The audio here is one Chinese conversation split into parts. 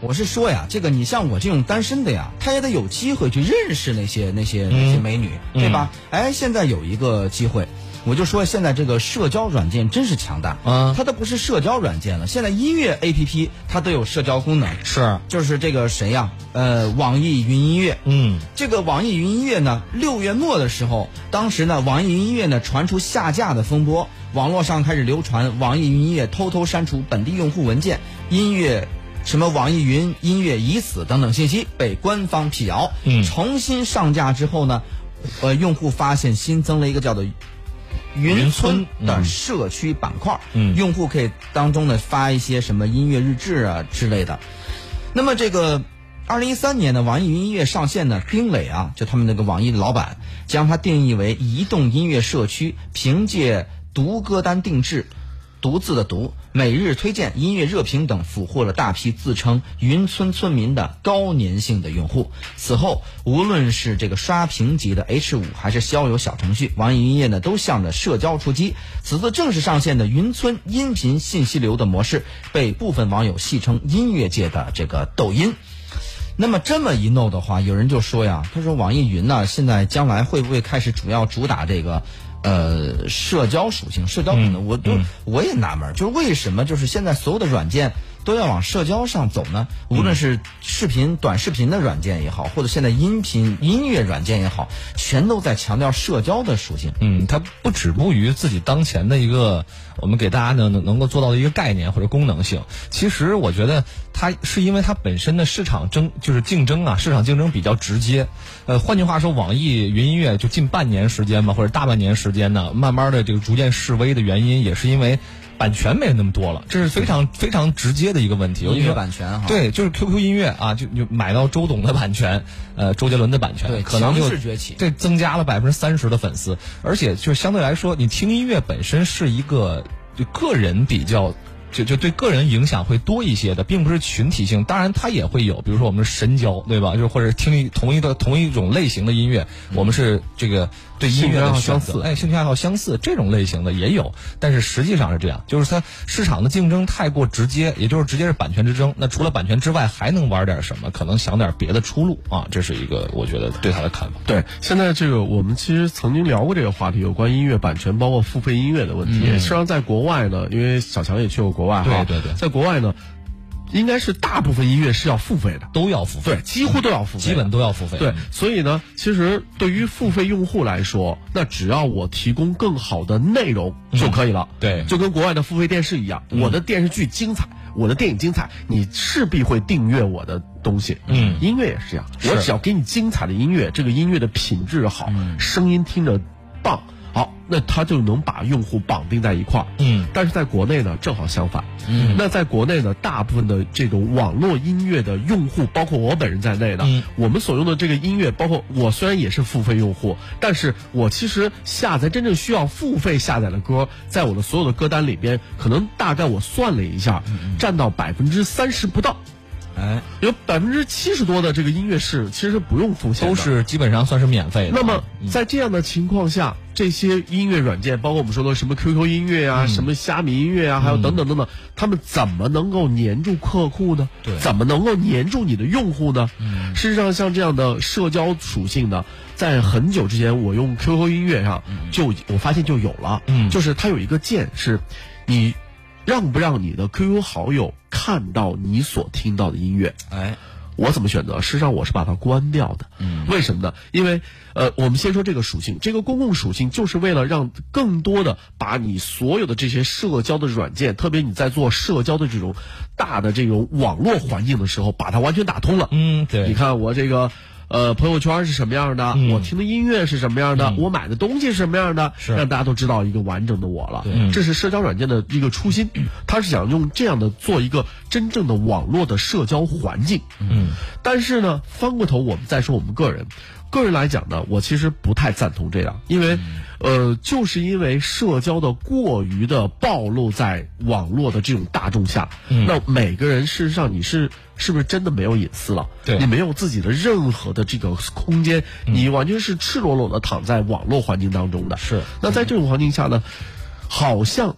我是说呀，这个你像我这种单身的呀，他也得有机会去认识那些那些那些美女，对吧？哎，现在有一个机会，我就说现在这个社交软件真是强大，嗯它都不是社交软件了，现在音乐 APP 它都有社交功能，是，就是这个谁呀？呃，网易云音乐，嗯，这个网易云音乐呢，六月末的时候，当时呢，网易云音乐呢传出下架的风波，网络上开始流传网易云音乐偷偷删除本地用户文件、音乐什么网易云音乐已死等等信息，被官方辟谣。嗯重新上架之后呢，呃，用户发现新增了一个叫做。云云村村的嗯社区板块，嗯用户可以当中呢发一些什么音乐日志啊之类的，那么这个二零一三年呢，网易云音乐上线呢，丁磊啊，就他们那个网易的老板，将它定义为移动音乐社区，凭借独歌单定制。独自的独，每日推荐、音乐热评等，俘获了大批自称“云村村民”的高粘性的用户。此后，无论是这个刷屏级的 H 五，还是逍遥小程序，网易云音乐呢，都向着社交出击。此次正式上线的云村音频信息流的模式，被部分网友戏称音乐界的这个抖音。那么这么一弄的话，有人就说呀，他说网易云呢，现在将来会不会开始主要主打这个，呃，社交属性、社交功嗯能？我都、我也纳闷儿，就是为什么就是现在所有的软件都要往社交上走呢？嗯无论是视频、短视频的软件也好，或者现在音频、音乐软件也好，全都在强调社交的属性。嗯，它不止步于自己当前的一个，我们给大家呢能能够做到的一个概念或者功能性。其实我觉得它是因为它本身的市场争就是竞争啊，市场竞争比较直接。呃，换句话说，网易云音乐就近半年时间吧，或者大半年时间呢，慢慢的这个逐渐示威的原因，也是因为版权没那么多了，这是非常非常直接的一个问题。音乐因为版权哈，对，就是 QQ 音乐啊，就就买到周董的版权，呃，周杰伦的版权，对可能强就势崛起这增加了百分之三十的粉丝，而且就是相对来说，你听音乐本身是一个就个人比较。就就对个人影响会多一些的，并不是群体性。当然，它也会有，比如说我们是神交，对吧？就是或者听一同一个同一种类型的音乐，我们是这个对音乐兴趣爱的好选相择似哎，兴趣爱好相似这种类型的也有，但是实际上是这样，就是它市场的竞争太过直接，也就是直接是版权之争。那除了版权之外，还能玩点什么？可能想点别的出路啊，这是一个我觉得对他的看法。对，现在这个我们其实曾经聊过这个话题，有关音乐版权，包括付费音乐的问题。实际上，在国外呢，因为小强也去过国外哈，嗯对对对在国外呢，应该是大部分音乐是要付费的，都要付费，对，几乎都要付费的，基本都要付费。对，所以呢，其实对于付费用户来说，那只要我提供更好的内容就可以了。嗯对嗯就跟国外的付费电视一样，我的电视剧精彩，我的电影精彩，你势必会订阅我的东西。嗯音乐也是这样，我只要给你精彩的音乐，这个音乐的品质好，嗯声音听着棒，好，那它就能把用户绑定在一块儿。嗯但是在国内呢，正好相反。嗯，那在国内呢，大部分的这种网络音乐的用户，包括我本人在内的，嗯我们所用的这个音乐，包括我虽然也是付费用户，但是我其实下载真正需要付费下载的歌，在我的所有的歌单里边，可能大概我算了一下，嗯占到百分之三十不到，哎，有百分之七十多的这个音乐是其实是不用付钱的，都是嗯基本上算是免费的。那么在这样的情况下，这些音乐软件，包括我们说的什么 QQ 音乐嗯啊、什么虾米音乐啊，还有等等等等，他们怎么能够黏住客户呢？对嗯怎么能够黏住你的用户呢？事实上，像这样的社交属性的，在很久之前，我用 QQ 音乐上就我发现就有了，嗯就是它有一个键是，你让不让你的 QQ 好友看到你所听到的音乐？哎，我怎么选择？事实上，我是把它关掉的。嗯，为什么呢？因为，呃，我们先说这个属性，这个公共属性就是为了让更多的把你所有的这些社交的软件，特别你在做社交的这种大的这种网络环境的时候，把它完全打通了。嗯，对，嗯你看我这个。呃，朋友圈是什么样的？我听的音乐是什么样的？我买的东西是什么样的？是让大家都知道一个完整的我了。嗯这是社交软件的一个初心，它是想用这样的做一个真正的网络的社交环境。嗯，但是呢，翻过头我们再说我们个人，个人来讲呢，我其实不太赞同这样，因为，呃，就是因为社交的过于的暴露在网络的这种大众下，那每个人事实上你是是不是真的没有隐私了？对你没有自己的任何的这个空间，你完全是赤裸裸的躺在网络环境当中的。是那在这种环境下呢，好像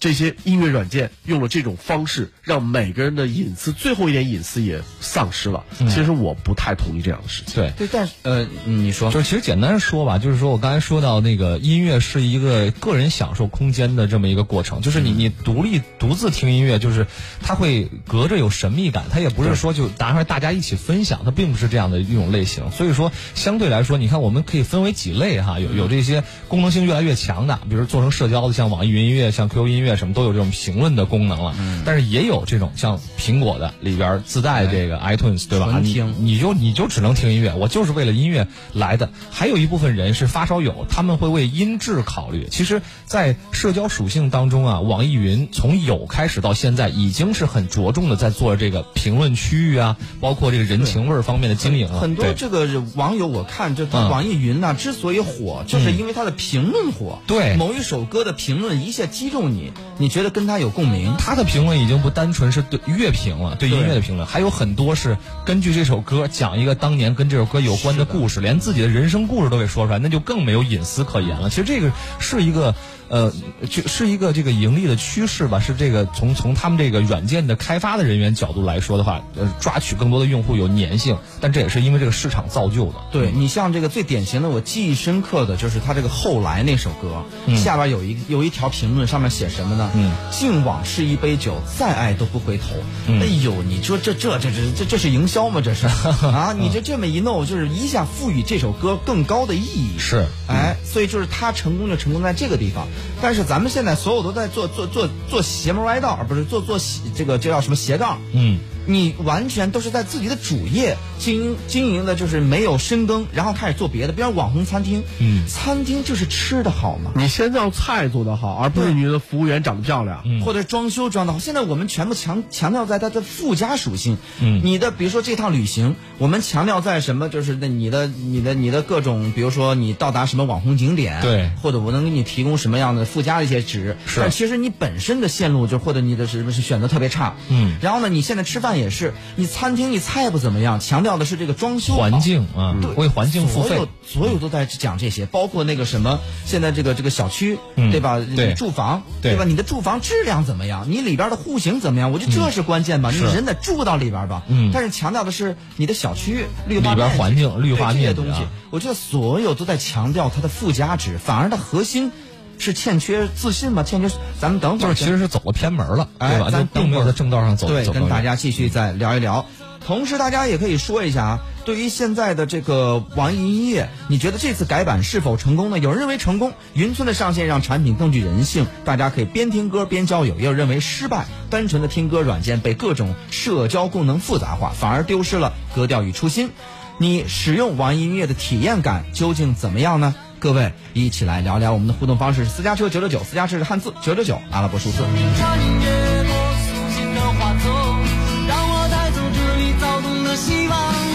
这些音乐软件用了这种方式，让每个人的隐私最后一点隐私也丧失了。其实我不太同意这样的事情。对，对，但是呃，你说就是其实简单说吧，就是说我刚才说到那个音乐是一个个人享受空间的这么一个过嗯程，就是你你独立独自听音乐，就是它会隔着有神秘感，它也不是说就拿出来大家一起分享，它并不是这样的一种类型。所以说相对来说，你看我们可以分为几类哈，嗯有有这些功能性越来越强的，比如做成社交的，像网易云音乐、像 QQ 音乐什么都有这种评论的功能了，嗯但是也有这种像苹果的里边自带这个 iTunes 对吧？啊纯你听你就你就只能听音乐，我就是为了音乐来的。还有一部分人是发烧友，他们会为音质考虑。其实，在社交属性当中啊，网易云从有开始到现在，已经是很着重的在做这个评论区域啊，包括这个人情味儿方面的经营了。很多啊对这个网友，我看这嗯网易云呐、之所以火，就是因为它的评论火。对某一首歌的评论一下击中你，你觉得跟它有共鸣。他的评论已经不单纯是对乐评了，对音乐的评论，还有很多是根据这首歌讲一个当年跟这首歌有关的故事，连自己的人生故事都给说出来，那就更没有隐私可言了。其实这个是一个。呃，就是一个这个盈利的趋势吧，是这个呃从从他们这个软件的开发的人员角度来说的话，呃，抓取更多的用户有粘性，但这也是因为这个市场造就的。对你像这个最典型的，我记忆深刻的就是他这个后来那首歌，下边有一有一条评论，上面写什么呢？嗯，敬往事一杯酒，再爱都不回头。嗯哎呦，你说这这这这这这是营销吗？ 这是啊！你这这么一弄，就是一下赋予这首歌更高的意义。是哎，所以就是他成功就成功在这个地方，但是咱们现在所有都在做做做做邪门歪道，而不是做做邪这个这叫什么斜杠？嗯，你完全都是在自己的主业经营经营的，就是没有深耕，然后开始做别的，比方网红餐厅，嗯餐厅就是吃的好嘛，你先让菜做得好，而不是你的服务员长得漂亮。嗯或者装修装的好。现在我们全部强强调在它的附加属性，嗯你的比如说这趟旅行，我们强调在什么？就是那你的你的你的各种，比如说你到达什么网红景点，对或者我能给你提供什么样的附加的一些值，是但其实你本身的线路就或者你的什么是选择特别差，嗯然后呢，你现在吃饭也是，你餐厅你菜不怎么样，强调的是这个装修好环。境啊，为环境付所费有，所有都在讲这些，包括那个什么，现在这个这个小区，嗯对吧？对住房，对吧？你的住房质量怎么样？你里边的户型怎么样？我觉得这是关键吧，你人得住到里边吧。嗯但是强调的是你的小区绿化里边面积环境绿对化这些面积东西啊，我觉得所有都在强调它的附加值，反而它核心是欠缺自信嘛，欠缺。咱们等会就儿是其实是走了偏门了，哎，对吧？咱就并没有在正道上走。对，走跟到嗯大家继续再聊一聊。同时，大家也可以说一下啊，对于现在的这个网易云音乐，你觉得这次改版是否成功呢？有人认为成功，云村的上线让产品更具人性，大家可以边听歌边交友；也有认为失败，单纯的听歌软件被各种社交功能复杂化，反而丢失了格调与初心。你使用网易音乐的体验感究竟怎么样呢？各位一起来聊聊，我们的互动方式是私家车九九九，私家车是汉字九九九阿拉伯数字。唱音乐多苏醒的花朵，让我带走这里躁动的希望。